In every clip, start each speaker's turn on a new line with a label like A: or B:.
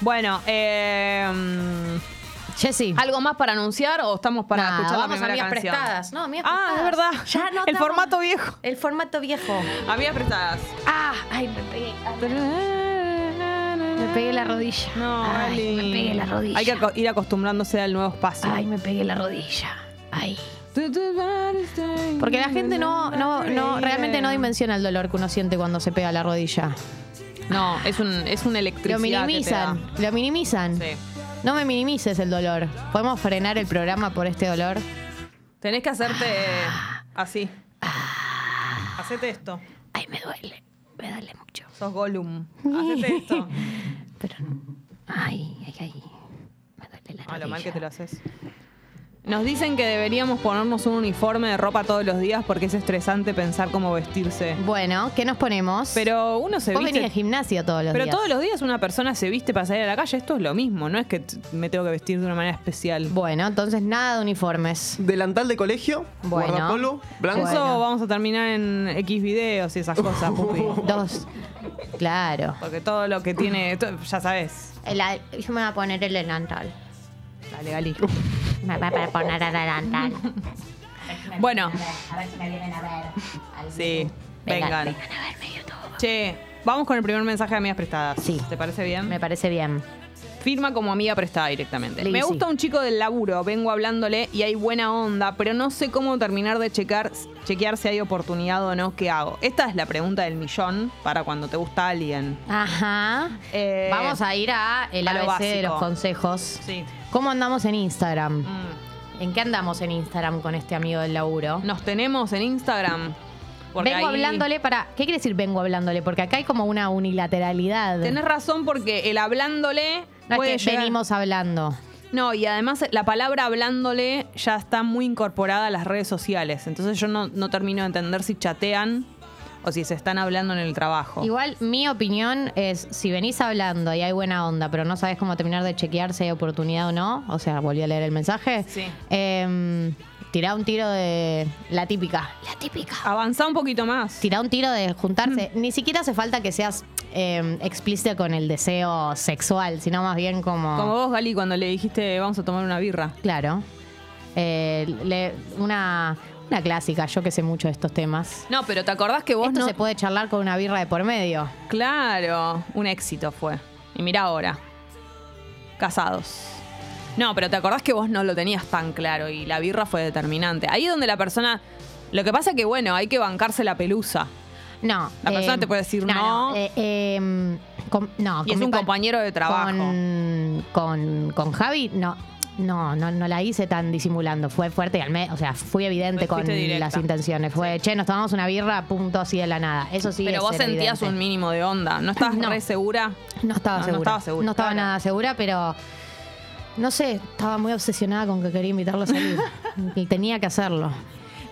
A: Bueno, eh,
B: Jessy.
A: ¿algo más para anunciar o estamos para
B: Nah,
A: escuchar la
B: Ah, vamos a
A: primera
B: mías
A: canción?
B: prestadas. No, mías
A: Ah, es
B: prestadas.
A: verdad.
B: Ya no
A: El
B: estamos-
A: formato viejo.
B: El formato viejo.
A: Amigas prestadas.
B: Ah, ay, me pegué. Me
A: Me
B: pegué la rodilla.
A: No,
B: ay,
A: Ali.
B: me pegué la rodilla.
A: Hay que aco- ir acostumbrándose al nuevo espacio.
B: Ay, me pegué la rodilla. Ay. Porque la gente no, no, no, realmente no dimensiona el dolor que uno siente cuando se pega la rodilla.
A: No, es un, es una
B: Lo
A: electricidad.
B: minimizan, lo minimizan.
A: que te da. Sí.
B: No me minimices el dolor. ¿Podemos frenar el programa por este dolor?
A: Tenés que hacerte
B: Ah.
A: así. Hacete esto.
B: Ay, me duele. Me duele mucho.
A: Sos Gollum. Hacete esto.
B: Pero no. Ay, ay, ay. Me duele la
A: Ah, lo mal que
B: rodilla.
A: te lo haces. Nos dicen que deberíamos ponernos un uniforme de ropa todos los días porque es estresante pensar cómo vestirse.
B: Bueno, ¿qué nos ponemos?
A: Pero uno se
B: Vos venís de
A: viste.
B: gimnasia todos los
A: Pero
B: días.
A: todos los días una persona se viste para salir a la calle. Esto es lo mismo, no es que t- me tengo que vestir de una manera especial.
B: Bueno, entonces nada de uniformes.
C: Delantal de colegio,
B: Bueno.
C: guardapolo, blanco.
A: Eso
B: Bueno.
A: vamos a terminar en X videos y esas cosas, Pupi.
B: Dos. Claro.
A: Porque todo lo que tiene. to- Ya sabes,
B: El a- yo me voy a poner el delantal.
A: la legalí.
B: Me voy a poner el delantal.
A: Bueno,
D: A ver si me vienen a ver. al
A: sí,
D: vivo.
A: vengan.
D: A verme YouTube.
A: Che, vamos con el primer mensaje de amigas prestadas.
B: Sí.
A: ¿Te parece bien?
B: Me parece bien.
A: Firma como amiga prestada directamente.
B: Lizzy.
A: Me gusta un chico del laburo, vengo hablándole y hay buena onda, pero no sé cómo terminar de checar, chequear si hay oportunidad o no, ¿qué hago? Esta es la pregunta del millón para cuando te gusta alguien.
B: Ajá.
A: Eh,
B: Vamos a ir a el
A: a lo
B: ABC de
A: básico.
B: los consejos.
A: Sí.
B: ¿Cómo andamos en Instagram?
A: Mm.
B: ¿En qué andamos en Instagram con este amigo del laburo?
A: Nos tenemos en Instagram. porque
B: vengo
A: ahí-
B: hablándole para. ¿Qué quiere decir vengo hablándole? Porque acá hay como una unilateralidad.
A: Tenés razón porque el hablándole
B: no
A: puede
B: es que
A: llegar-
B: venimos hablando.
A: No, y además eh, la palabra hablándole ya está muy incorporada a las redes sociales. Entonces yo no, no termino de entender si chatean o si se están hablando en el trabajo.
B: Igual mi opinión es, si venís hablando y hay buena onda, pero no sabes cómo terminar de chequear si hay oportunidad o no, o sea, volví a leer el mensaje,
A: Sí.
B: em, tirá un tiro de la típica. La típica.
A: Avanzá un poquito más.
B: Tirá un tiro de juntarse.
A: Mm.
B: Ni siquiera hace falta que seas em, explícita con el deseo sexual, sino más bien como...
A: Como vos, Gali, cuando le dijiste vamos a tomar una birra.
B: Claro. Eh, le- una, una clásica, yo que sé mucho de estos temas.
A: No, pero ¿te acordás que vos
B: Esto
A: no?
B: se puede charlar con una birra de por medio.
A: Claro, un éxito fue. Y mira ahora. Casados. No, pero te acordás que vos no lo tenías tan claro y la birra fue determinante. Ahí es donde la persona. Lo que pasa que, bueno, hay que bancarse la pelusa.
B: No.
A: La persona te puede decir no.
B: eh, eh, con- no,
A: Y
B: con
A: es
B: mi
A: un
B: pa-
A: compañero de trabajo.
B: Con, con, con Javi, no. No, no, no la hice tan disimulando. Fue fuerte y al menos, o sea, fui evidente
A: Pues Fuiste
B: con
A: directa.
B: las intenciones. Fue, che, nos tomamos una birra, punto, así de la nada. Eso sí
A: pero
B: es
A: vos
B: ser
A: sentías
B: evidente.
A: un mínimo de onda. ¿No estabas
B: No.
A: re segura?
B: No estaba
A: No, no
B: segura.
A: estaba segura,
B: No estaba
A: claro.
B: nada segura, pero no sé, estaba muy obsesionada con que quería invitarlo a salir. Y Tenía que hacerlo.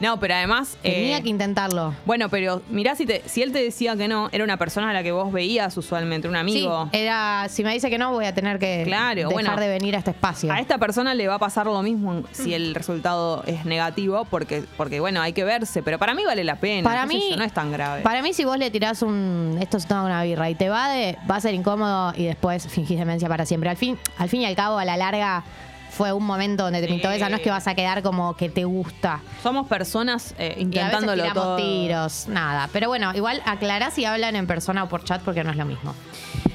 A: No, pero además. eh,
B: Tenía que intentarlo.
A: Bueno, pero mirá, si, te- si él te decía que no, era una persona a la que vos veías usualmente, un amigo.
B: Sí, eh, era, si me dice que no, voy a tener que
A: Claro,
B: dejar
A: bueno.
B: de venir a este espacio.
A: A esta persona le va a pasar lo mismo
B: Mm.
A: si el resultado es negativo, porque, porque bueno, hay que verse, pero para mí vale la pena.
B: Para
A: qué sé
B: mí-
A: yo, no es tan grave.
B: Para mí, si vos le tirás un. Esto es toda una birra y te va de. Va a ser incómodo y después fingís demencia para siempre. Al fin, al fin y al cabo, a la larga, fue un momento donde te
A: Sí.
B: pintó esa. No es que vas a quedar como que te gusta.
A: Somos personas eh,
B: Y a veces
A: intentándolo
B: tiramos
A: todo.
B: tiros, nada. Pero bueno, igual aclará si hablan en persona o por chat porque no es lo mismo.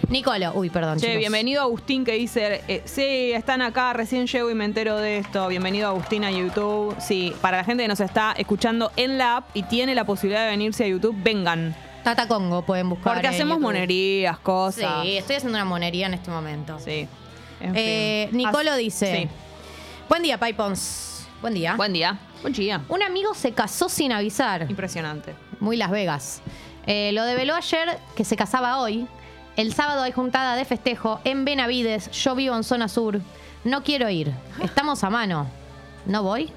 B: Nicolo, uy, perdón.
A: Che,
B: chicos.
A: bienvenido Agustín que dice, eh, sí, están acá, recién llego y me entero de esto. Bienvenido Agustín a YouTube. Sí, para la gente que nos está escuchando en la app y tiene la posibilidad de venirse a YouTube, vengan.
B: Tata Congo pueden buscar.
A: Porque
B: en
A: hacemos
B: YouTube.
A: monerías, cosas.
B: Sí, estoy haciendo una monería en este momento.
A: Sí. En
B: Eh,
A: fin.
B: Nicolo
A: As-
B: dice: Buen día, Pipons. Buen día.
A: Sí. Buen día. Buen día.
B: Un amigo se casó sin avisar.
A: Impresionante.
B: Muy Las Vegas. Eh, lo develó ayer que se casaba hoy. El sábado hay juntada de festejo en Benavides. Yo vivo en zona sur. No quiero ir. Estamos a mano. ¿No voy?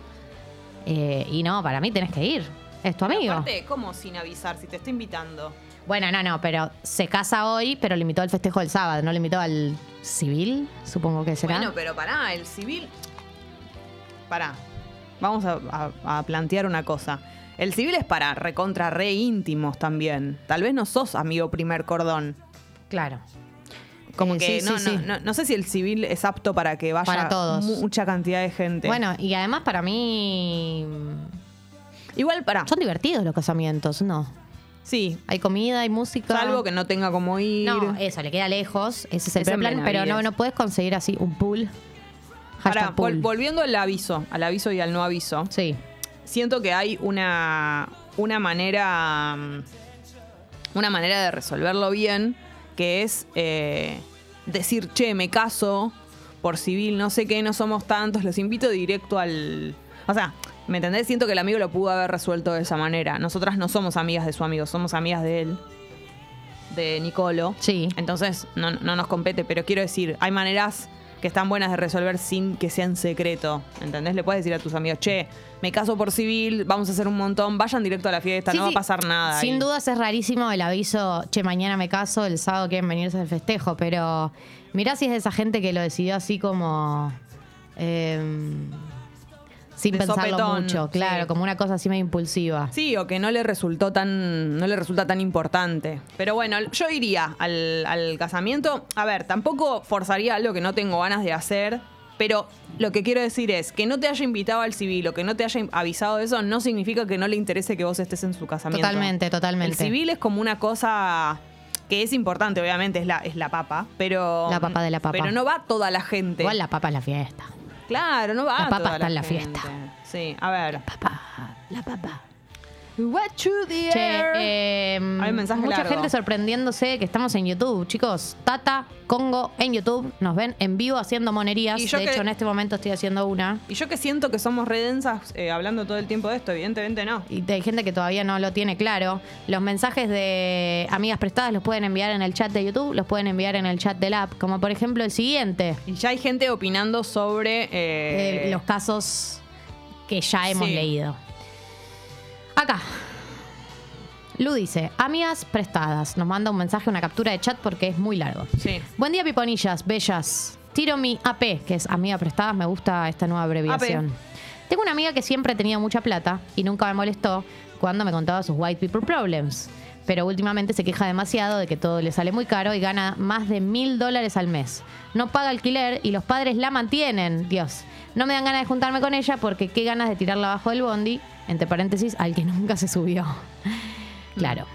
B: Eh, y no, para mí tenés que ir. Es tu amigo.
A: Aparte, ¿cómo sin avisar? Si te está invitando.
B: Bueno, no, no, pero se casa hoy, pero limitó el festejo del sábado. No limitó al civil, supongo que será.
A: Bueno, pero pará, el civil. Pará. Vamos a, a- a plantear una cosa. El civil es para recontra re íntimos también. Tal vez no sos amigo primer cordón.
B: claro.
A: Como
B: Eh,
A: que
B: sí,
A: no,
B: sí,
A: no,
B: sí.
A: no- no sé si el civil es apto para que vaya
B: Para todos.
A: mucha cantidad de gente.
B: Bueno, y además para mí mm,
A: igual para.
B: son divertidos los casamientos, ¿no?
A: Sí,
B: Hay comida, hay música.
A: salvo que no tenga como ir.
B: No, eh, eso, le queda lejos, ese es el
A: Es en
B: plan, pero no,
A: Benavides.
B: no puedes conseguir así un pool. Hashtag
A: Ahora, vol-
B: pool.
A: volviendo al aviso, al aviso y al no aviso,
B: sí.
A: siento que hay una, una manera. mm, Una manera de resolverlo bien, que es eh, decir, che, me caso por civil, no sé qué, no somos tantos, los invito directo al. O sea, ¿me entendés? Siento que el amigo lo pudo haber resuelto de esa manera. Nosotras no somos amigas de su amigo, somos amigas de él, de Nicolo.
B: Sí.
A: Entonces, no, no nos compete, pero quiero decir, hay maneras que están buenas de resolver sin que sea en secreto. ¿Entendés? Le puedes decir a tus amigos, che, me caso por civil, vamos a hacer un montón, vayan directo a la fiesta,
B: Sí,
A: no va
B: sí.
A: a pasar nada.
B: Sin
A: ahí".
B: dudas es rarísimo el aviso, che, mañana me caso, el sábado quieren venirse al festejo, pero mirá si es de esa gente que lo decidió así como... em, sin
A: De
B: pensarlo
A: sopetón,
B: mucho, claro,
A: sí.
B: como una cosa así medio impulsiva.
A: Sí, o que no le resultó tan. no le resulta tan importante. Pero bueno, yo iría al, al casamiento. A ver, tampoco forzaría algo que no tengo ganas de hacer. Pero lo que quiero decir es que no te haya invitado al civil o que no te haya avisado de eso no significa que no le interese que vos estés en su casamiento.
B: Totalmente, totalmente.
A: El civil es como una cosa que es importante, obviamente, es la, es la papa, pero.
B: La papa de la papa.
A: Pero no va toda la gente.
B: Igual la papa es la fiesta.
A: Claro, no va
B: La papa
A: toda
B: está en la
A: gente.
B: fiesta.
A: Sí, a ver.
B: Papá, la papa.
A: What you the air.
B: Che, em,
A: Hay un mensaje
B: mucha
A: largo.
B: gente sorprendiéndose que estamos en YouTube, chicos. Tata, Congo en YouTube, nos ven en vivo haciendo monerías.
A: Y
B: De
A: yo que-
B: hecho, en este momento estoy haciendo una.
A: Y yo que siento que somos redensas hablando todo el tiempo de esto, evidentemente no.
B: Y hay gente que todavía no lo tiene claro. Los mensajes de amigas prestadas los pueden enviar en el chat de YouTube, los pueden enviar en el chat del app, como por ejemplo el siguiente.
A: Y ya hay gente opinando sobre. eh,
B: Eh, los casos que ya hemos
A: sí.
B: leído. Acá. Lu dice, amigas prestadas, nos manda un mensaje, una captura de chat porque es muy largo.
A: Sí.
B: Buen día, piponillas, bellas. Tiro mi AP, que es amiga prestadas, me gusta esta nueva abreviación. Tengo una amiga que siempre tenía mucha plata y nunca me molestó cuando me contaba sus white people problems. Pero últimamente se queja demasiado de que todo le sale muy caro y gana más de mil dólares al mes. No paga alquiler y los padres la mantienen. Dios, no me dan ganas de juntarme con ella porque qué ganas de tirarla abajo del bondi, entre paréntesis, al que nunca se subió.
A: Mm.
B: Claro.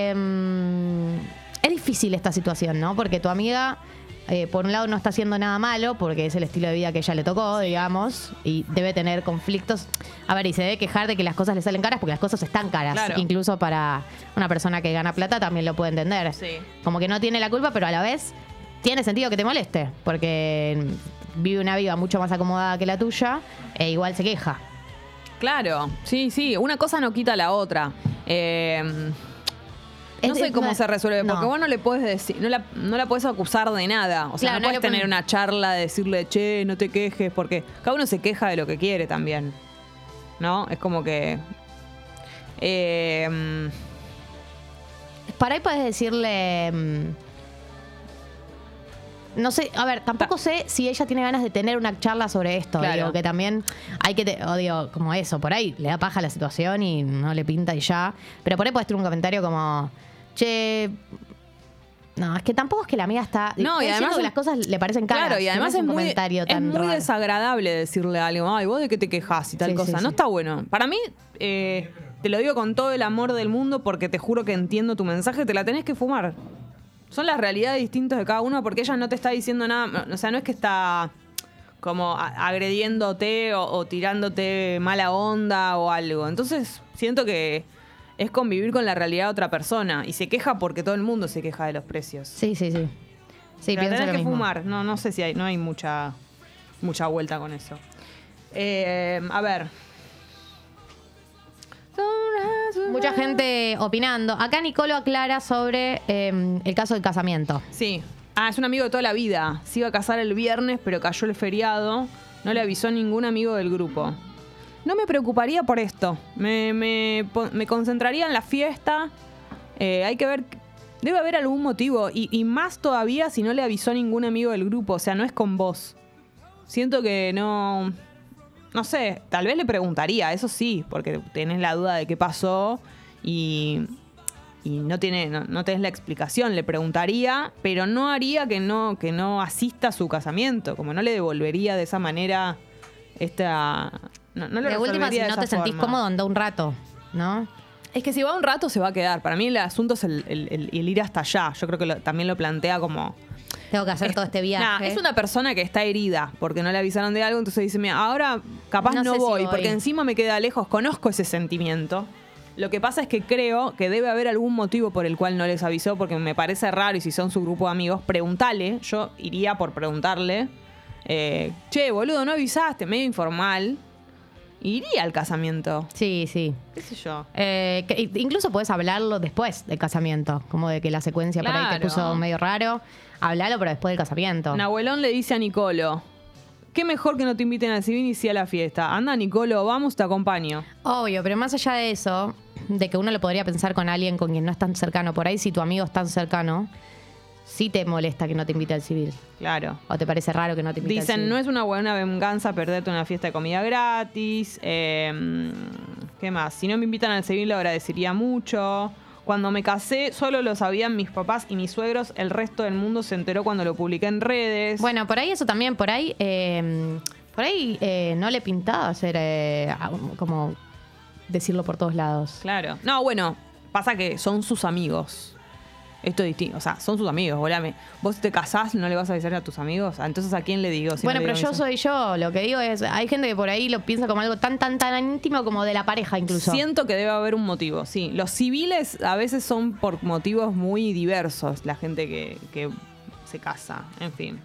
B: Eh, es difícil esta situación, ¿no? Porque tu amiga, eh, por un lado, no está haciendo nada malo, porque es el estilo de vida que ella le tocó, digamos, y debe tener conflictos. A ver, y se debe quejar de que las cosas le salen caras, porque las cosas están caras.
A: Claro.
B: Incluso para una persona que gana plata también lo puede entender.
A: Sí.
B: Como que no tiene la culpa, pero a la vez tiene sentido que te moleste, porque vive una vida mucho más acomodada que la tuya, e igual se queja.
A: Claro, sí, sí. Una cosa no quita la otra. Eh, No
B: Es-
A: sé
B: es-
A: cómo
B: no-
A: se resuelve, porque
B: no.
A: vos no le puedes decir, no la, no la puedes acusar de nada. O sea,
B: Claro,
A: no
B: no le
A: puedes tener
B: ponen-
A: una charla, de decirle, che, no te quejes, porque cada uno se queja de lo que quiere también. ¿No? Es como que. eh, mm,
B: Para ahí puedes decirle. mm, No sé, a ver, tampoco sé si ella tiene ganas de tener una charla sobre esto.
A: Claro.
B: Digo, que también hay que. Te, o digo, como eso, por ahí le da paja la situación y no le pinta y ya. Pero por ahí puedes tener un comentario como. Che. No, es que tampoco es que la amiga está.
A: No, y
B: está
A: además
B: diciendo que
A: es-
B: las cosas le parecen caras.
A: claro, y
B: no
A: además es,
B: un
A: muy,
B: comentario
A: es
B: tan
A: muy
B: raro.
A: desagradable decirle algo, ay, vos de qué te quejas y tal
B: Sí, sí,
A: cosa. no
B: sí.
A: está bueno. Para mí, eh, te lo digo con todo el amor del mundo, porque te juro que entiendo tu mensaje, te la tenés que fumar. Son las realidades distintas de cada uno, porque ella no te está diciendo nada. O sea, no es que está como a- agrediéndote o, o tirándote mala onda o algo. Entonces, siento que es convivir con la realidad de otra persona. Y se queja porque todo el mundo se queja de los precios.
B: Sí, sí, sí. Sí,
A: Pero
B: pienso
A: tenés
B: lo
A: que
B: mismo.
A: fumar. No, no sé si hay, no hay mucha, mucha vuelta con eso. Eh, a ver.
B: Mucha gente opinando. Acá Nicolo aclara sobre eh, el caso del casamiento.
A: Sí. Ah, es un amigo de toda la vida. Se iba a casar el viernes, pero cayó el feriado. No le avisó ningún amigo del grupo. No me preocuparía por esto. Me, me po- me concentraría en la fiesta. Eh, hay que ver. Debe haber algún motivo. Y, y más todavía si no le avisó ningún amigo del grupo. O sea, no es con vos. Siento que no. No sé, tal vez le preguntaría, eso sí, porque tenés la duda de qué pasó y y no tiene, no, no tenés la explicación, le preguntaría, pero no haría que no, que no asista a su casamiento, como no le devolvería de esa manera esta. No, no lo
B: de última, si
A: resolvería de
B: no
A: esa
B: te sentís
A: forma.
B: cómodo, anda un rato, ¿no?
A: Es que si va un rato se va a quedar. Para mí el asunto es el, el- el- el ir hasta allá. Yo creo que lo- también lo plantea como.
B: Tengo que hacer todo este viaje.
A: Nah, es una persona que está herida porque no le avisaron de algo, entonces dice, mira, ahora capaz
B: No
A: no,
B: sé si
A: voy,
B: voy".
A: porque encima me queda lejos, conozco ese sentimiento. Lo que pasa es que creo que debe haber algún motivo por el cual no les avisó, porque me parece raro y si son su grupo de amigos, pregúntale. Yo iría por preguntarle, eh, che, boludo, no avisaste, medio informal. Iría al casamiento.
B: Sí, sí.
A: ¿Qué sé yo?
B: Eh, que i- incluso podés hablarlo después del casamiento, como de que la secuencia por ahí te
A: Claro.
B: puso medio raro. Hablalo, pero después del casamiento.
A: Nahuelón le dice a Nicolo, qué mejor que no te inviten al civil y sí a la fiesta. Anda, Nicolo, vamos, te acompaño.
B: Obvio, pero más allá de eso, de que uno lo podría pensar con alguien con quien no es tan cercano, por ahí si tu amigo es tan cercano, sí te molesta que no te invite al civil.
A: Claro.
B: O te parece raro que no te invite al
A: Dicen,
B: civil.
A: no es una buena venganza perderte una fiesta de comida gratis. eh, ¿Qué más? Si no me invitan al civil lo agradecería mucho. Cuando me casé, solo lo sabían mis papás y mis suegros. El resto del mundo se enteró cuando lo publiqué en redes.
B: Bueno, por ahí eso también, por ahí, eh, por ahí eh, no le pintaba hacer eh, a- como decirlo por todos lados.
A: Claro. No, bueno, pasa que son sus amigos. Esto es distinto. O sea, son sus amigos, volame. Vos te casás, no le vas a avisar a tus amigos. Ah, Entonces, ¿a quién le digo? si no
B: bueno,
A: le
B: pero
A: digo
B: yo
A: eso?
B: soy yo, lo que digo es, hay gente que por ahí lo piensa como algo tan, tan, tan íntimo como de la pareja incluso.
A: Siento que debe haber un motivo, sí. Los civiles a veces son por motivos muy diversos, la gente que, que se casa, en fin.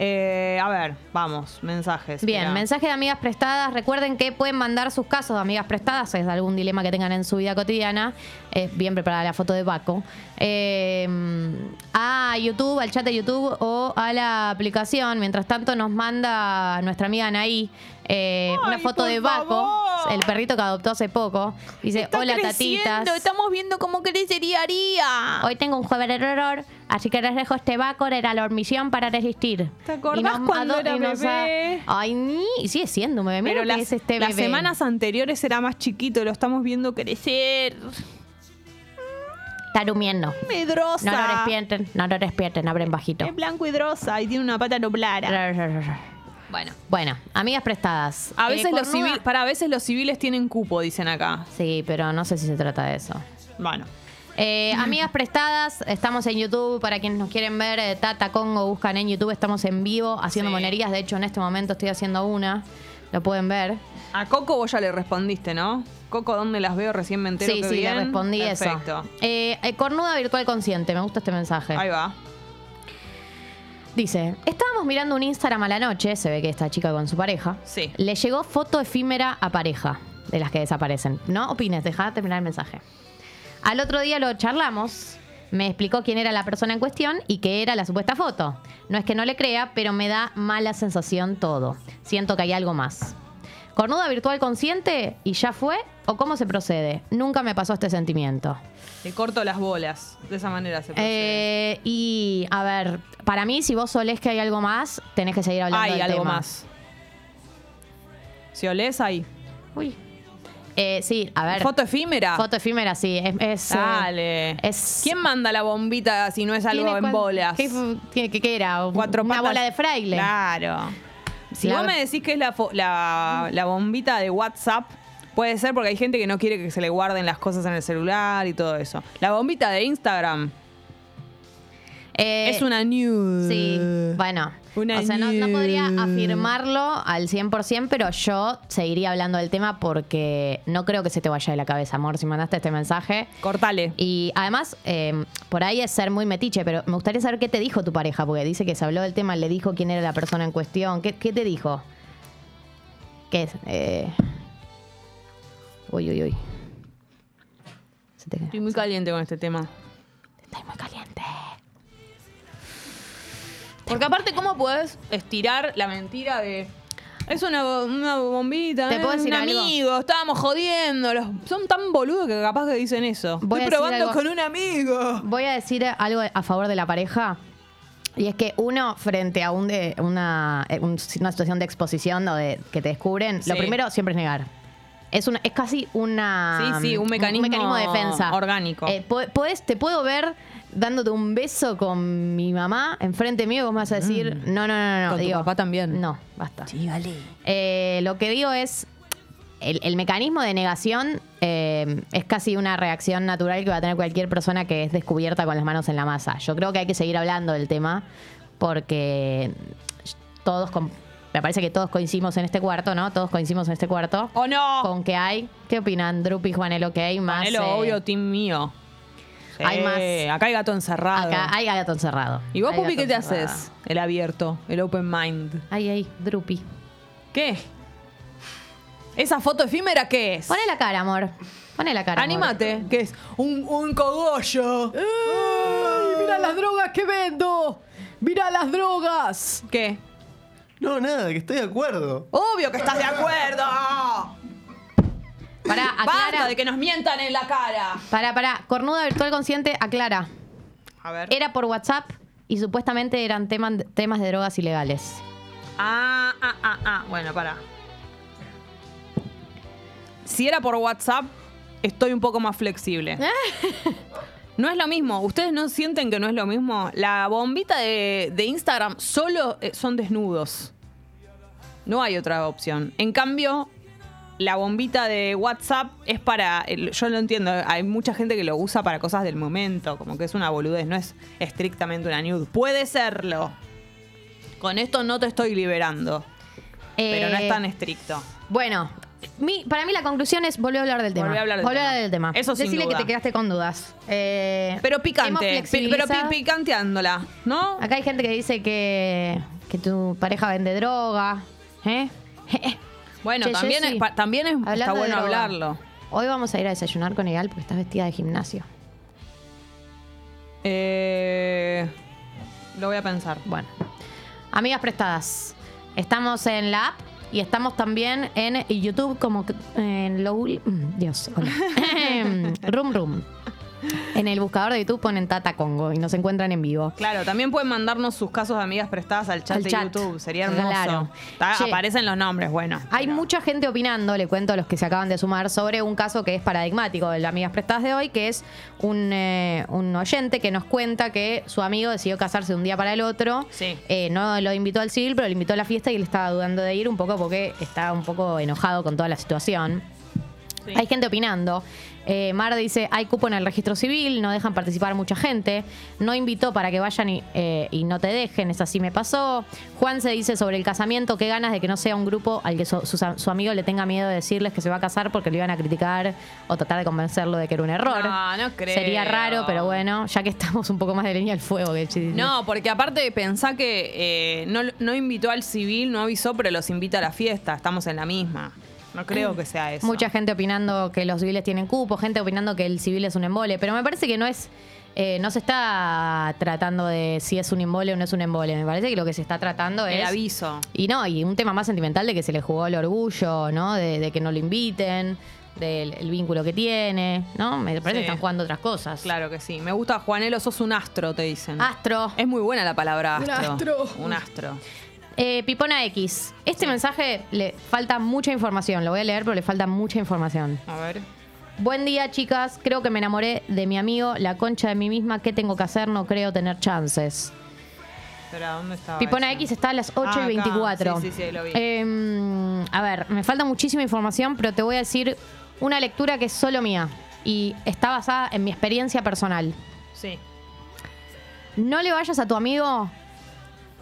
A: Eh, a ver, vamos, mensajes.
B: Bien,
A: Mirá.
B: mensaje de amigas prestadas. Recuerden que pueden mandar sus casos de amigas prestadas, es de algún dilema que tengan en su vida cotidiana. Es bien preparada la foto de Paco. Eh, a YouTube, al chat de YouTube o a la aplicación. Mientras tanto, nos manda nuestra amiga Anaí eh, una
A: Ay,
B: foto
A: por
B: de Baco,
A: favor.
B: el perrito que adoptó hace poco. Dice:
A: Está
B: Hola,
A: creciendo,
B: tatitas.
A: Estamos viendo cómo crecería Aria.
B: Hoy tengo un jueves de horror, así que les dejo este Bacor, era la hormisión para resistir.
A: ¿Te acordás cuando
B: ado-
A: era
B: a-
A: bebé?
B: Ay, ni... y sigue siendo un bebé. Mira
A: Pero
B: lo que
A: las,
B: es este
A: las
B: bebé.
A: semanas anteriores era más chiquito, lo estamos viendo crecer.
B: Está durmiendo.
A: Medrosa.
B: No lo despierten, no lo despierten, abren bajito.
A: Es blanco y drosa y tiene una pata noblara. Bueno.
B: Bueno, amigas prestadas.
A: A
B: Eh,
A: veces, los
B: cornuda-
A: civiles, para, a veces los civiles tienen cupo, dicen acá.
B: Sí, pero no sé si se trata de eso.
A: Bueno.
B: Eh, amigas prestadas, estamos en YouTube para quienes nos quieren ver. eh, Tata Congo buscan en YouTube, estamos en vivo haciendo
A: Sí.
B: monerías. De hecho, en este momento estoy haciendo una. Lo pueden ver.
A: A Coco vos ya le respondiste, ¿no? Coco, ¿dónde las veo? Recién me entero
B: Sí,
A: que
B: sí,
A: bien.
B: le respondí
A: Perfecto.
B: eso. Eh, eh, cornuda virtual consciente, me gusta este mensaje.
A: Ahí va.
B: Dice, estábamos mirando un Instagram a la noche, se ve que esta chica con su pareja.
A: Sí.
B: Le llegó foto efímera a pareja, de las que desaparecen. No opines, deja terminar el mensaje. Al otro día lo charlamos, me explicó quién era la persona en cuestión y qué era la supuesta foto. No es que no le crea, pero me da mala sensación todo. Siento que hay algo más. ¿Cornuda virtual consciente y ya fue? ¿O cómo se procede? Nunca me pasó este sentimiento.
A: Te corto las bolas. De esa manera se procede.
B: Eh, y a ver, para mí, si vos solés que hay algo más, tenés que seguir hablando
A: hay
B: del
A: algo
B: tema.
A: más. Si olés, hay.
B: Uy. Eh, sí, a ver.
A: ¿Foto efímera?
B: Foto efímera, sí. Es, es, eh,
A: Dale.
B: es-
A: ¿Quién manda la bombita si no es algo
B: tiene
A: en
B: cuan-
A: bolas?
B: ¿Qué, fu- tiene- qué- qué era? Un-
A: Cuatro
B: Una
A: patas.
B: bola de fraile.
A: Claro. Si
B: La-
A: vos me decís que es la, fo- la, la bombita de WhatsApp, puede ser porque hay gente que no quiere que se le guarden las cosas en el celular y todo eso. La bombita de Instagram
B: Eh,
A: es una news.
B: Sí, bueno.
A: Una
B: o sea, no, no
A: news.
B: podría afirmarlo al 100%, pero yo seguiría hablando del tema porque no creo que se te vaya de la cabeza, amor, si mandaste este mensaje.
A: Cortale.
B: Y además, eh, por ahí es ser muy metiche, pero me gustaría saber qué te dijo tu pareja, porque dice que se habló del tema, le dijo quién era la persona en cuestión. ¿Qué, qué te dijo? ¿Qué es? Eh, Uy, uy, uy. Se te...
A: Estoy muy caliente con este tema.
B: Estoy muy caliente.
A: Porque aparte, ¿cómo podés estirar la mentira de... Es una, bo- una bombita,
B: ¿Te
A: eh,
B: puedo decir
A: un
B: algo?
A: amigo, estábamos jodiendo. los- son tan boludos que capaz que dicen eso.
B: Voy a
A: Estoy
B: decir
A: probando
B: algo.
A: con un amigo.
B: Voy a decir algo a favor de la pareja. Y es que uno, frente a un de- una, eh, un- una situación de exposición o de que te descubren, lo
A: Sí.
B: primero siempre es negar. Es, una, es casi una,
A: Sí, sí, un mecanismo
B: de defensa.
A: orgánico.
B: Eh, po- podés- te puedo ver dándote un beso con mi mamá enfrente mío y vos me vas a decir, no, no, no, no.
A: Mm. Con tu papá también.
B: No, basta.
A: Sí, vale.
B: Eh, lo que digo es, el, el mecanismo de negación eh, es casi una reacción natural que va a tener cualquier persona que es descubierta con las manos en la masa. Yo creo que hay que seguir hablando del tema porque todos, com- me parece que todos coincidimos en este cuarto, ¿no? Todos coincidimos en este cuarto.
A: ¡Oh, no!
B: Con que hay, ¿qué opinan Drupi, Juanelo, que hay más?
A: Ponelo,
B: eh,
A: obvio, team mío.
B: hay más.
A: Acá hay gato encerrado.
B: Acá hay gato encerrado.
A: ¿Y vos,
B: Hay
A: Pupi,
B: gato
A: qué te
B: encerrado.
A: haces? El abierto, el open mind.
B: Ay, ay, Drupi.
A: ¿Qué? ¿Esa foto efímera qué es?
B: Poné la cara, amor. Poné la cara. amor.
A: Anímate, que es un, un cogollo. ¡Ay, mira las drogas que vendo! ¡Mira las drogas! ¿Qué?
C: No, nada, que estoy de acuerdo.
A: Obvio que estás de acuerdo.
B: Pará,
A: Basta
B: aclara.
A: de que nos mientan en la cara.
B: Pará, pará. Cornuda virtual consciente, aclara.
A: A ver.
B: Era por WhatsApp y supuestamente eran teman- temas de drogas ilegales.
A: Ah, ah, ah, ah. Bueno, para. Si era por WhatsApp, estoy un poco más flexible. No es lo mismo. ¿Ustedes no sienten que no es lo mismo? La bombita de, de Instagram solo eh, son desnudos. No hay otra opción. En cambio, la bombita de WhatsApp es para. el- yo lo entiendo, hay mucha gente que lo usa para cosas del momento, como que es una boludez, no es estrictamente una nude. Puede serlo. Con esto no te estoy liberando, pero no
B: Eh,
A: es tan estricto.
B: Bueno, mi- para mí la conclusión es volver a hablar del tema.
A: Volvé a hablar del tema. Eso sin
B: Decirle
A: duda.
B: que te quedaste con dudas. Eh,
A: Pero
B: hemos
A: picante, pi- pero pi-
B: flexibilizado-
A: picanteándola, ¿no?
B: Acá hay gente que dice que, que tu pareja vende droga. ¿Eh?
A: Bueno,
B: Che,
A: también,
B: Jessy,
A: es, pa- también es- está
B: hablando de
A: bueno
B: droga,
A: hablarlo.
B: Hoy vamos a ir a desayunar con Egal porque estás vestida de gimnasio.
A: Eh, lo voy a pensar.
B: Bueno, amigas prestadas, estamos en la app y estamos también en YouTube como que- en lo ul- mm, Dios, hola. Room Room. En el buscador de YouTube ponen Tata Congo y nos encuentran en vivo.
A: Claro, también pueden mandarnos sus casos de amigas prestadas al chat
B: Al
A: de
B: chat.
A: YouTube. Sería hermoso.
B: Claro.
A: Ta-
B: Che.
A: Aparecen los nombres, bueno.
B: Hay
A: pero-
B: mucha gente opinando, le cuento a los que se acaban de sumar, sobre un caso que es paradigmático de las amigas prestadas de hoy, que es un, eh, un oyente que nos cuenta que su amigo decidió casarse de un día para el otro.
A: Sí.
B: Eh, no lo invitó al civil, pero lo invitó a la fiesta y él estaba dudando de ir un poco porque estaba un poco enojado con toda la situación.
A: Sí.
B: Hay gente opinando. Eh, Mar dice, hay cupo en el registro civil, no dejan participar mucha gente, no invitó para que vayan y, eh, y no te dejen, es así me pasó. Juan se dice sobre el casamiento, qué ganas de que no sea un grupo al que su, su- su amigo le tenga miedo de decirles que se va a casar porque lo iban a criticar o tratar de convencerlo de que era un error.
A: No, no creo.
B: Sería raro, pero bueno, ya que estamos un poco más de línea al fuego que el
A: No, porque aparte pensá que eh, no, no invitó al civil, no avisó, pero los invita a la fiesta. Estamos en la misma. No creo que sea eso.
B: Mucha gente opinando que los civiles tienen cupo, gente opinando que el civil es un embole, pero me parece que no es. eh, no se está tratando de si es un embole o no es un embole. Me parece que lo que se está tratando
A: El
B: es.
A: aviso.
B: Y no, y un tema más sentimental de que se le jugó el orgullo, ¿no? De, de que no lo inviten, del el vínculo que tiene, ¿no? Me parece
A: Sí.
B: que están jugando otras cosas.
A: Claro que sí. Me gusta Juanelo, sos un astro, te dicen.
B: Astro.
A: Es muy buena la palabra astro. Un astro. Un astro.
B: Eh, Pipona X. Este mensaje le falta mucha información. Lo voy a leer, pero le falta mucha información.
A: A ver.
B: Buen día, chicas. Creo que me enamoré de mi amigo, la concha de mí misma. ¿Qué tengo que hacer? No creo tener chances.
A: Espera, ¿dónde estaba?
B: Pipona
A: eso?
B: X está a las 8
A: Ah, acá.
B: y 24.
A: Sí, sí, sí, ahí lo vi.
B: Em, a ver, me falta muchísima información, pero te voy a decir una lectura que es solo mía y está basada en mi experiencia personal.
A: Sí.
B: No le vayas a tu amigo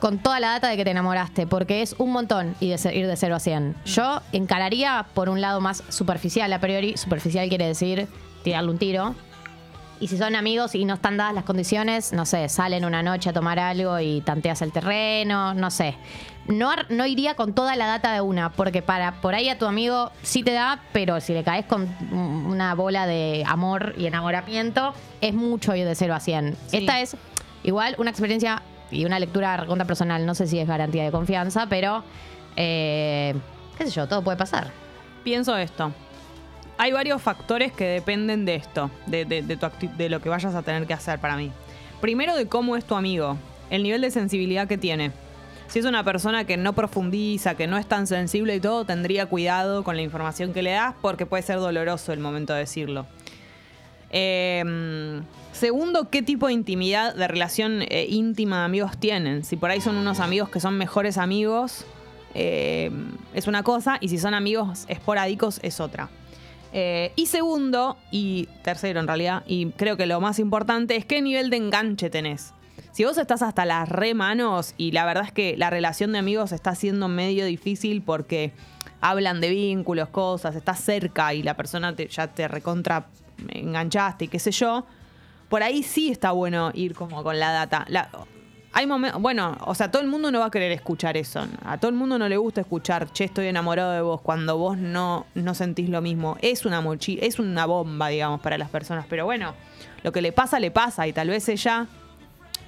B: con toda la data de que te enamoraste, porque es un montón y de ce- ir de 0 a 100. Yo encararía por un lado más superficial, a priori, superficial quiere decir tirarle un tiro. Y si son amigos y no están dadas las condiciones, no sé, salen una noche a tomar algo y tanteas el terreno, no sé. No, ar- no iría con toda la data de una, porque para por ahí a tu amigo sí te da, pero si le caes con un- una bola de amor y enamoramiento, es mucho ir de 0 a 100.
A: Sí.
B: Esta es igual una experiencia y una lectura recontra personal, no sé si es garantía de confianza, pero eh, qué sé yo, todo puede pasar.
A: pienso esto. Hay varios factores que dependen de esto, de, de- de tu acti- de lo que vayas a tener que hacer para mí. Primero de cómo es tu amigo, el nivel de sensibilidad que tiene. Si es una persona que no profundiza, que no es tan sensible y todo, tendría cuidado con la información que le das porque puede ser doloroso el momento de decirlo. Eh, segundo, ¿qué tipo de intimidad, de relación eh, íntima de amigos tienen? Si por ahí son unos amigos que son mejores amigos, eh, es una cosa, y si son amigos esporádicos, es otra. Eh, y segundo, y tercero en realidad, y creo que lo más importante es qué nivel de enganche tenés. Si vos estás hasta las re manos y la verdad es que la relación de amigos está siendo medio difícil porque hablan de vínculos, cosas, estás cerca y la persona te- ya te recontra enganchaste y qué sé yo, por ahí sí está bueno ir como con la data. La- hay momentos, bueno, o sea, todo el mundo no va a querer escuchar eso. A todo el mundo no le gusta escuchar, che, estoy enamorado de vos, cuando vos no, no sentís lo mismo. Es una mochi, es una bomba, digamos, para las personas. Pero bueno, lo que le pasa, le pasa. Y tal vez ella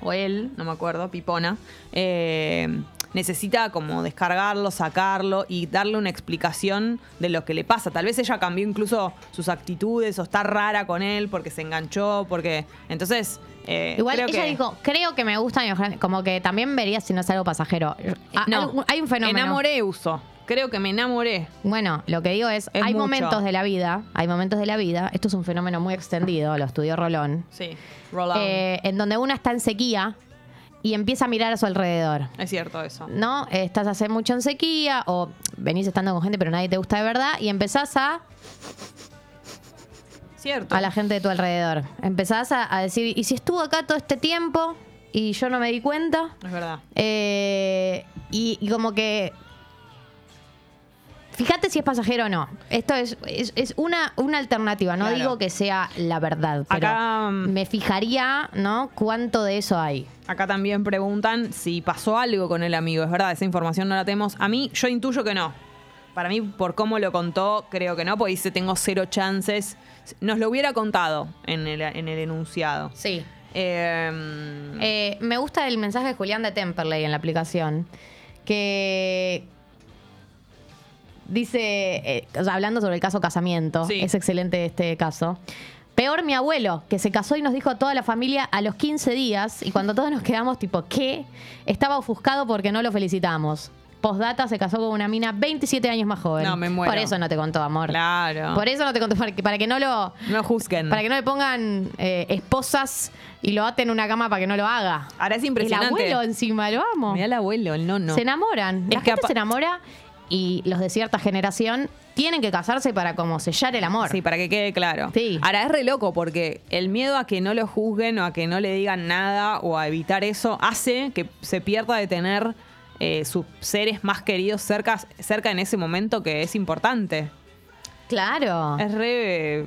A: o él, no me acuerdo, Pipona, eh, necesita como descargarlo, sacarlo y darle una explicación de lo que le pasa. Tal vez ella cambió incluso sus actitudes o está rara con él porque se enganchó, porque... Entonces... eh,
B: Igual
A: creo
B: ella
A: que-
B: diría, creo que me gusta mi mejor- como que también vería si no es algo pasajero. Ah, algo- hay un fenómeno.
A: Eh, Enamoré uso. Creo que me enamoré.
B: Bueno, lo que digo es,
A: Es
B: hay
A: mucho.
B: momentos de la vida, hay momentos de la vida, esto es un fenómeno muy extendido, lo estudió Rolón,
A: Sí. Roll on.
B: eh, en donde una está en sequía y empieza a mirar a su alrededor.
A: es cierto eso.
B: ¿no? Estás hace mucho en sequía o venís estando con gente pero nadie te gusta de verdad y empezás a,
A: Cierto.
B: a la gente de tu alrededor. Empezás a, a decir, ¿y si estuvo acá todo este tiempo y yo no me di cuenta?
A: es verdad.
B: Eh, y, y como que... Fíjate si es pasajero o no. Esto es, es, es una, una alternativa. No
A: Claro.
B: digo que sea la verdad, pero
A: Acá, mm.
B: me fijaría, ¿no? Cuánto de eso hay.
A: Acá también preguntan si pasó algo con el amigo. Es verdad, esa información no la tenemos. A mí, yo intuyo que no. Para mí, por cómo lo contó, creo que no, porque dice tengo cero chances. Nos lo hubiera contado en el, en el enunciado.
B: Sí.
A: Eh,
B: Eh, me gusta el mensaje de Julián de Temperley en la aplicación, que dice, eh, o sea, hablando sobre el caso casamiento,
A: Sí.
B: es excelente este caso. Peor mi abuelo, que se casó y nos dijo a toda la familia a los 15 días, y cuando todos nos quedamos tipo, ¿qué? Estaba ofuscado porque no lo felicitamos. Postdata se casó con una mina 27 años más joven.
A: No, me muero.
B: Por eso no te contó, amor.
A: claro.
B: Por eso no te contó, para que, para que no lo...
A: no juzguen.
B: Para que no le pongan eh, esposas y lo aten en una cama para que no lo haga.
A: Ahora es
B: El
A: impresionante.
B: abuelo encima, lo amo.
A: Mirá el abuelo, el nono.
B: Se enamoran. La
A: Es que
B: gente
A: apa-
B: se enamora y los de cierta generación tienen que casarse para como sellar el amor.
A: Sí, para que quede claro.
B: Sí.
A: Ahora es re loco porque el miedo a que no lo juzguen o a que no le digan nada o a evitar eso hace que se pierda de tener eh, sus seres más queridos cerca, cerca en ese momento que es importante.
B: Claro.
A: Es re eh,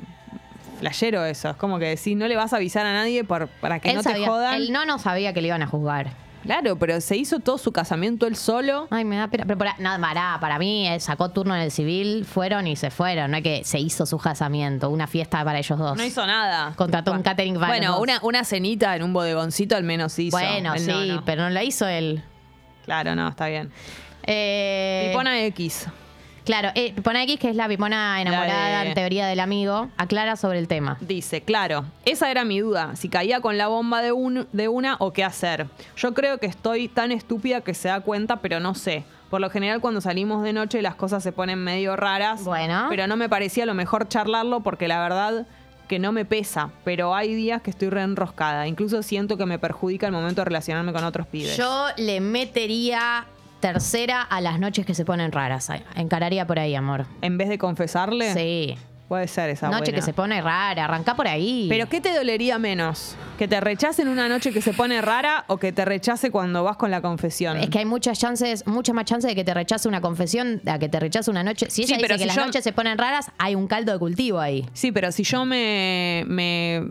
A: flashero eso. Es como que decís, no le vas a avisar a nadie por- para que
B: él
A: no
B: sabía,
A: te jodan.
B: él no no sabía que le iban a juzgar.
A: Claro, pero se hizo todo su casamiento él solo.
B: Ay, me da pena. Pero para, nada, pará, para mí él sacó turno en el civil, fueron y se fueron. No es que se hizo su casamiento, una fiesta para ellos dos.
A: No hizo nada.
B: Contrató un catering para los
A: Bueno,
B: dos.
A: una, una cenita en un bodegoncito al menos hizo.
B: Bueno,
A: El
B: sí,
A: nono.
B: pero no la hizo él.
A: Claro, no, está bien.
B: Eh,
A: Pipona X.
B: Claro, eh, Pipona X, que es la Pipona enamorada
A: La de-
B: en teoría del amigo, aclara sobre el tema.
A: Dice, claro, esa era mi duda, si caía con la bomba de, un- de una o qué hacer. Yo creo que estoy tan estúpida que se da cuenta, pero no sé. Por lo general cuando salimos de noche las cosas se ponen medio raras,
B: Bueno.
A: pero no me parecía lo mejor charlarlo porque la verdad que no me pesa, pero hay días que estoy reenroscada. Incluso siento que me perjudica el momento de relacionarme con otros pibes.
B: Yo le metería tercera a las noches que se ponen raras. Encararía por ahí, amor.
A: en vez de confesarle,
B: Sí.
A: puede ser esa
B: Noche
A: buena.
B: que se pone rara, arrancá por ahí.
A: Pero ¿qué te dolería menos? ¿Que te rechacen una noche que se pone rara o que te rechace cuando vas con la confesión?
B: es que hay muchas chances, muchas más chances de que te rechace una confesión, a que te rechace una noche. Si
A: Sí,
B: ella
A: pero
B: dice que
A: si
B: las
A: yo-
B: noches se ponen raras, hay un caldo de cultivo ahí.
A: Sí, pero si yo me, me,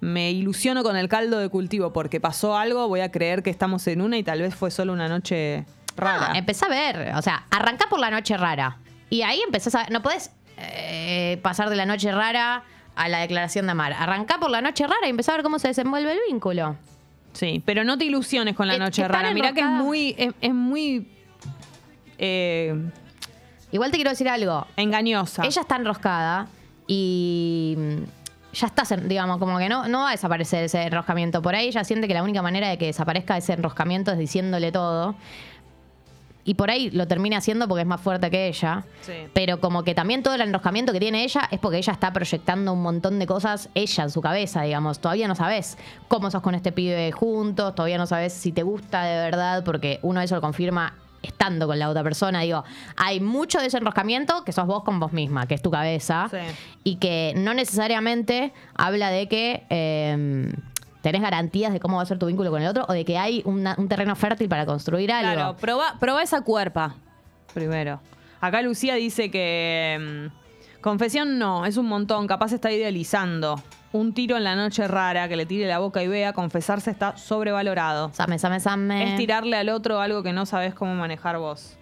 A: me ilusiono con el caldo de cultivo porque pasó algo, voy a creer que estamos en una y tal vez fue solo una noche rara.
B: No, Ah, empezá a ver. O sea, arrancá por la noche rara. Y ahí empezás a. No podés eh, pasar de la noche rara a la declaración de amar. Arrancá por la noche rara y empezá a ver cómo se desenvuelve el vínculo.
A: sí, pero no te ilusiones con la
B: Eh,
A: noche
B: estar
A: rara. Mirá que es
B: enroscada.
A: muy, es, es muy eh,
B: Igual te quiero decir algo.
A: engañosa.
B: Ella está enroscada y mm, ya está, sen- digamos, como que no, no va a desaparecer ese enroscamiento. Por ahí ella siente que la única manera de que desaparezca ese enroscamiento es diciéndole todo. y por ahí lo termina haciendo porque es más fuerte que ella.
A: Sí.
B: Pero como que también todo el enroscamiento que tiene ella es porque ella está proyectando un montón de cosas ella en su cabeza, digamos. Todavía no sabes cómo sos con este pibe juntos, todavía no sabes si te gusta de verdad, porque uno eso lo confirma estando con la otra persona. Digo, hay mucho de ese enroscamiento que sos vos con vos misma, que es tu cabeza,
A: Sí.
B: y que no necesariamente habla de que... eh, ¿Tenés garantías de cómo va a ser tu vínculo con el otro o de que hay una- un terreno fértil para construir algo?
A: Claro, proba, proba esa cuerpa primero. Acá Lucía dice que. mm, confesión no, es un montón, capaz está idealizando. Un tiro en la noche rara, que le tire la boca y vea, confesarse está sobrevalorado.
B: Same, same, same.
A: Es tirarle al otro algo que no sabes cómo manejar vos.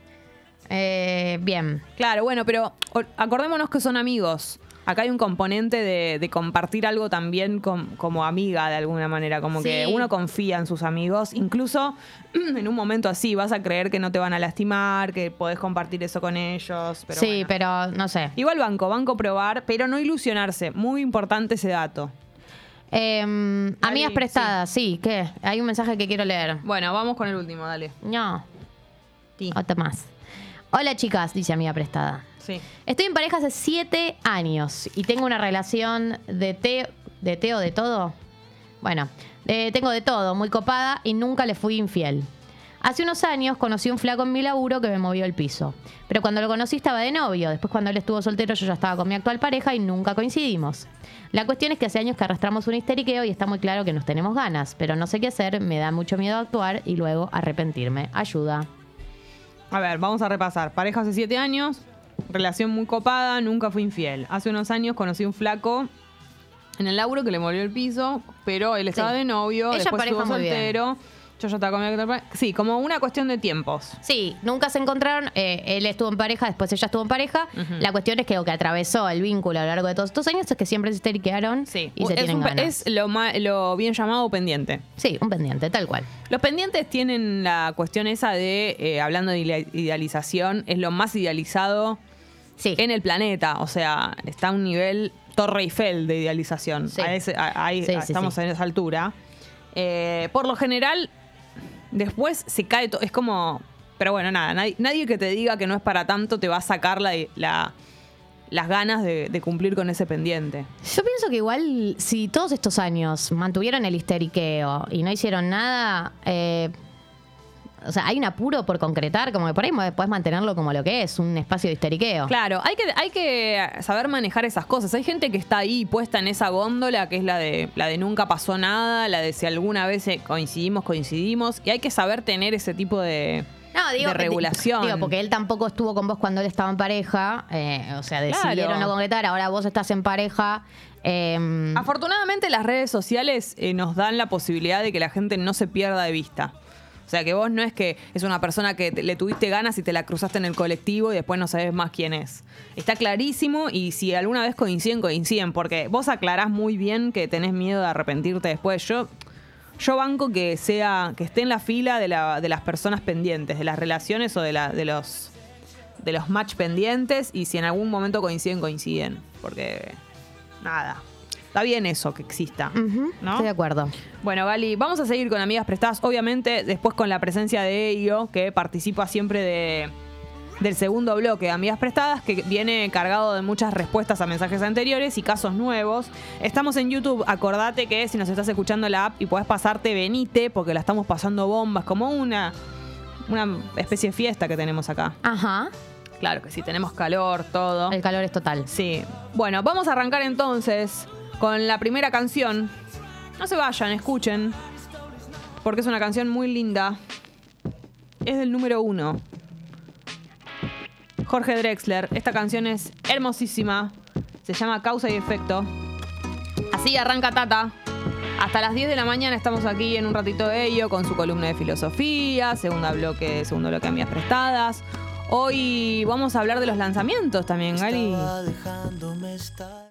B: Eh, bien.
A: Claro, bueno, pero o- acordémonos que son amigos. Acá hay un componente de, de compartir algo también com- como amiga de alguna manera, como que
B: Sí.
A: uno confía en sus amigos, incluso en un momento así vas a creer que no te van a lastimar, que podés compartir eso con ellos. Pero
B: sí,
A: bueno.
B: pero no sé.
A: Igual banco, banco probar, pero no ilusionarse, muy importante ese dato.
B: Em, amigas
A: sí.
B: prestadas, sí. ¿qué? Hay un mensaje que quiero leer.
A: Bueno, vamos con el último, dale.
B: No,
A: Ti.
B: otro más. Hola chicas, dice amiga prestada.
A: Sí.
B: Estoy en pareja hace siete años y tengo una relación de té, de té o de todo. Bueno, eh, tengo de todo, muy copada y nunca le fui infiel. Hace unos años conocí un flaco en mi laburo que me movió el piso. Pero cuando lo conocí estaba de novio. Después cuando él estuvo soltero yo ya estaba con mi actual pareja y nunca coincidimos. La cuestión es que hace años que arrastramos un histeriqueo y está muy claro que nos tenemos ganas. Pero no sé qué hacer, me da mucho miedo actuar y luego arrepentirme. Ayuda.
A: A ver, vamos a repasar. Pareja hace siete años, relación muy copada, nunca fui infiel. Hace unos años conocí un flaco en el laburo que le molió el piso, pero él estaba
B: Sí.
A: de novio,
B: Ella
A: después
B: pareja
A: estuvo
B: muy bien.
A: soltero. Yo ya estaba con mi actual pare- Sí, como una cuestión de tiempos.
B: Sí, nunca se encontraron. eh, él estuvo en pareja, después ella estuvo en pareja. La cuestión es que lo que atravesó el vínculo a lo largo de todos estos años es que siempre se esteriquearon
A: Sí,
B: y se
A: es,
B: tienen
A: un pe-
B: ganas.
A: es lo, ma- lo bien llamado pendiente.
B: Sí, un pendiente, tal cual.
A: Los pendientes tienen la cuestión esa de, eh, hablando de ila- idealización, es lo más idealizado
B: Sí.
A: en el planeta. O sea, está a un nivel Torre Eiffel de idealización.
B: Sí.
A: A ese- a- ahí
B: Sí, sí,
A: estamos
B: sí.
A: en esa altura. Eh, por lo general, después se cae todo. Es como. Pero bueno, nada, nadie, nadie que te diga que no es para tanto te va a sacar la, la- las ganas de, de cumplir con ese pendiente.
B: Yo pienso que igual si todos estos años mantuvieron el histeriqueo y no hicieron nada, eh, o sea, hay un apuro por concretar, como que por ahí podés mantenerlo como lo que es, un espacio de histeriqueo.
A: Claro, hay que, hay que saber manejar esas cosas. Hay gente que está ahí puesta en esa góndola que es la de, la de nunca pasó nada, la de si alguna vez eh, coincidimos, coincidimos. Y hay que saber tener ese tipo de,
B: No, digo,
A: de regulación.
B: Digo, porque él tampoco estuvo con vos cuando él estaba en pareja. eh, o sea, decidieron
A: Claro.
B: no concretar. Ahora vos estás en pareja. eh,
A: Afortunadamente las redes sociales eh, nos dan la posibilidad de que la gente no se pierda de vista. O sea, que vos no es que es una persona que te- le tuviste ganas y te la cruzaste en el colectivo y después no sabes más quién es. Está clarísimo y si alguna vez coinciden, coinciden, porque vos aclarás muy bien que tenés miedo de arrepentirte después. Yo, yo banco que sea, que esté en la fila de, la- de las personas pendientes, de las relaciones o de, la- de los de los match pendientes y si en algún momento coinciden, coinciden. Porque nada. Está bien eso que exista.
B: ujú,
A: ¿no?
B: Estoy de acuerdo.
A: Bueno, Gali, vamos a seguir con Amigas Prestadas, obviamente, después con la presencia de Elio, que participa siempre de, del segundo bloque de Amigas Prestadas, que viene cargado de muchas respuestas a mensajes anteriores y casos nuevos. Estamos en YouTube, acordate que si nos estás escuchando la app y podés pasarte, venite, porque la estamos pasando bombas, como una, una especie de fiesta que tenemos acá.
B: Ajá.
A: Claro que sí, tenemos calor, todo.
B: El calor es total.
A: Sí. Bueno, vamos a arrancar entonces con la primera canción. No se vayan, escuchen. Porque es una canción muy linda. Es del número uno. Jorge Drexler. Esta canción es hermosísima. Se llama Causa y Efecto. Así arranca Tata. Hasta las 10 de la mañana estamos aquí en un ratito de ello con su columna de filosofía, segunda bloque, segundo bloque de amigas prestadas. Hoy vamos a hablar de los lanzamientos también, Gali.
E: Estaba dejándome estar.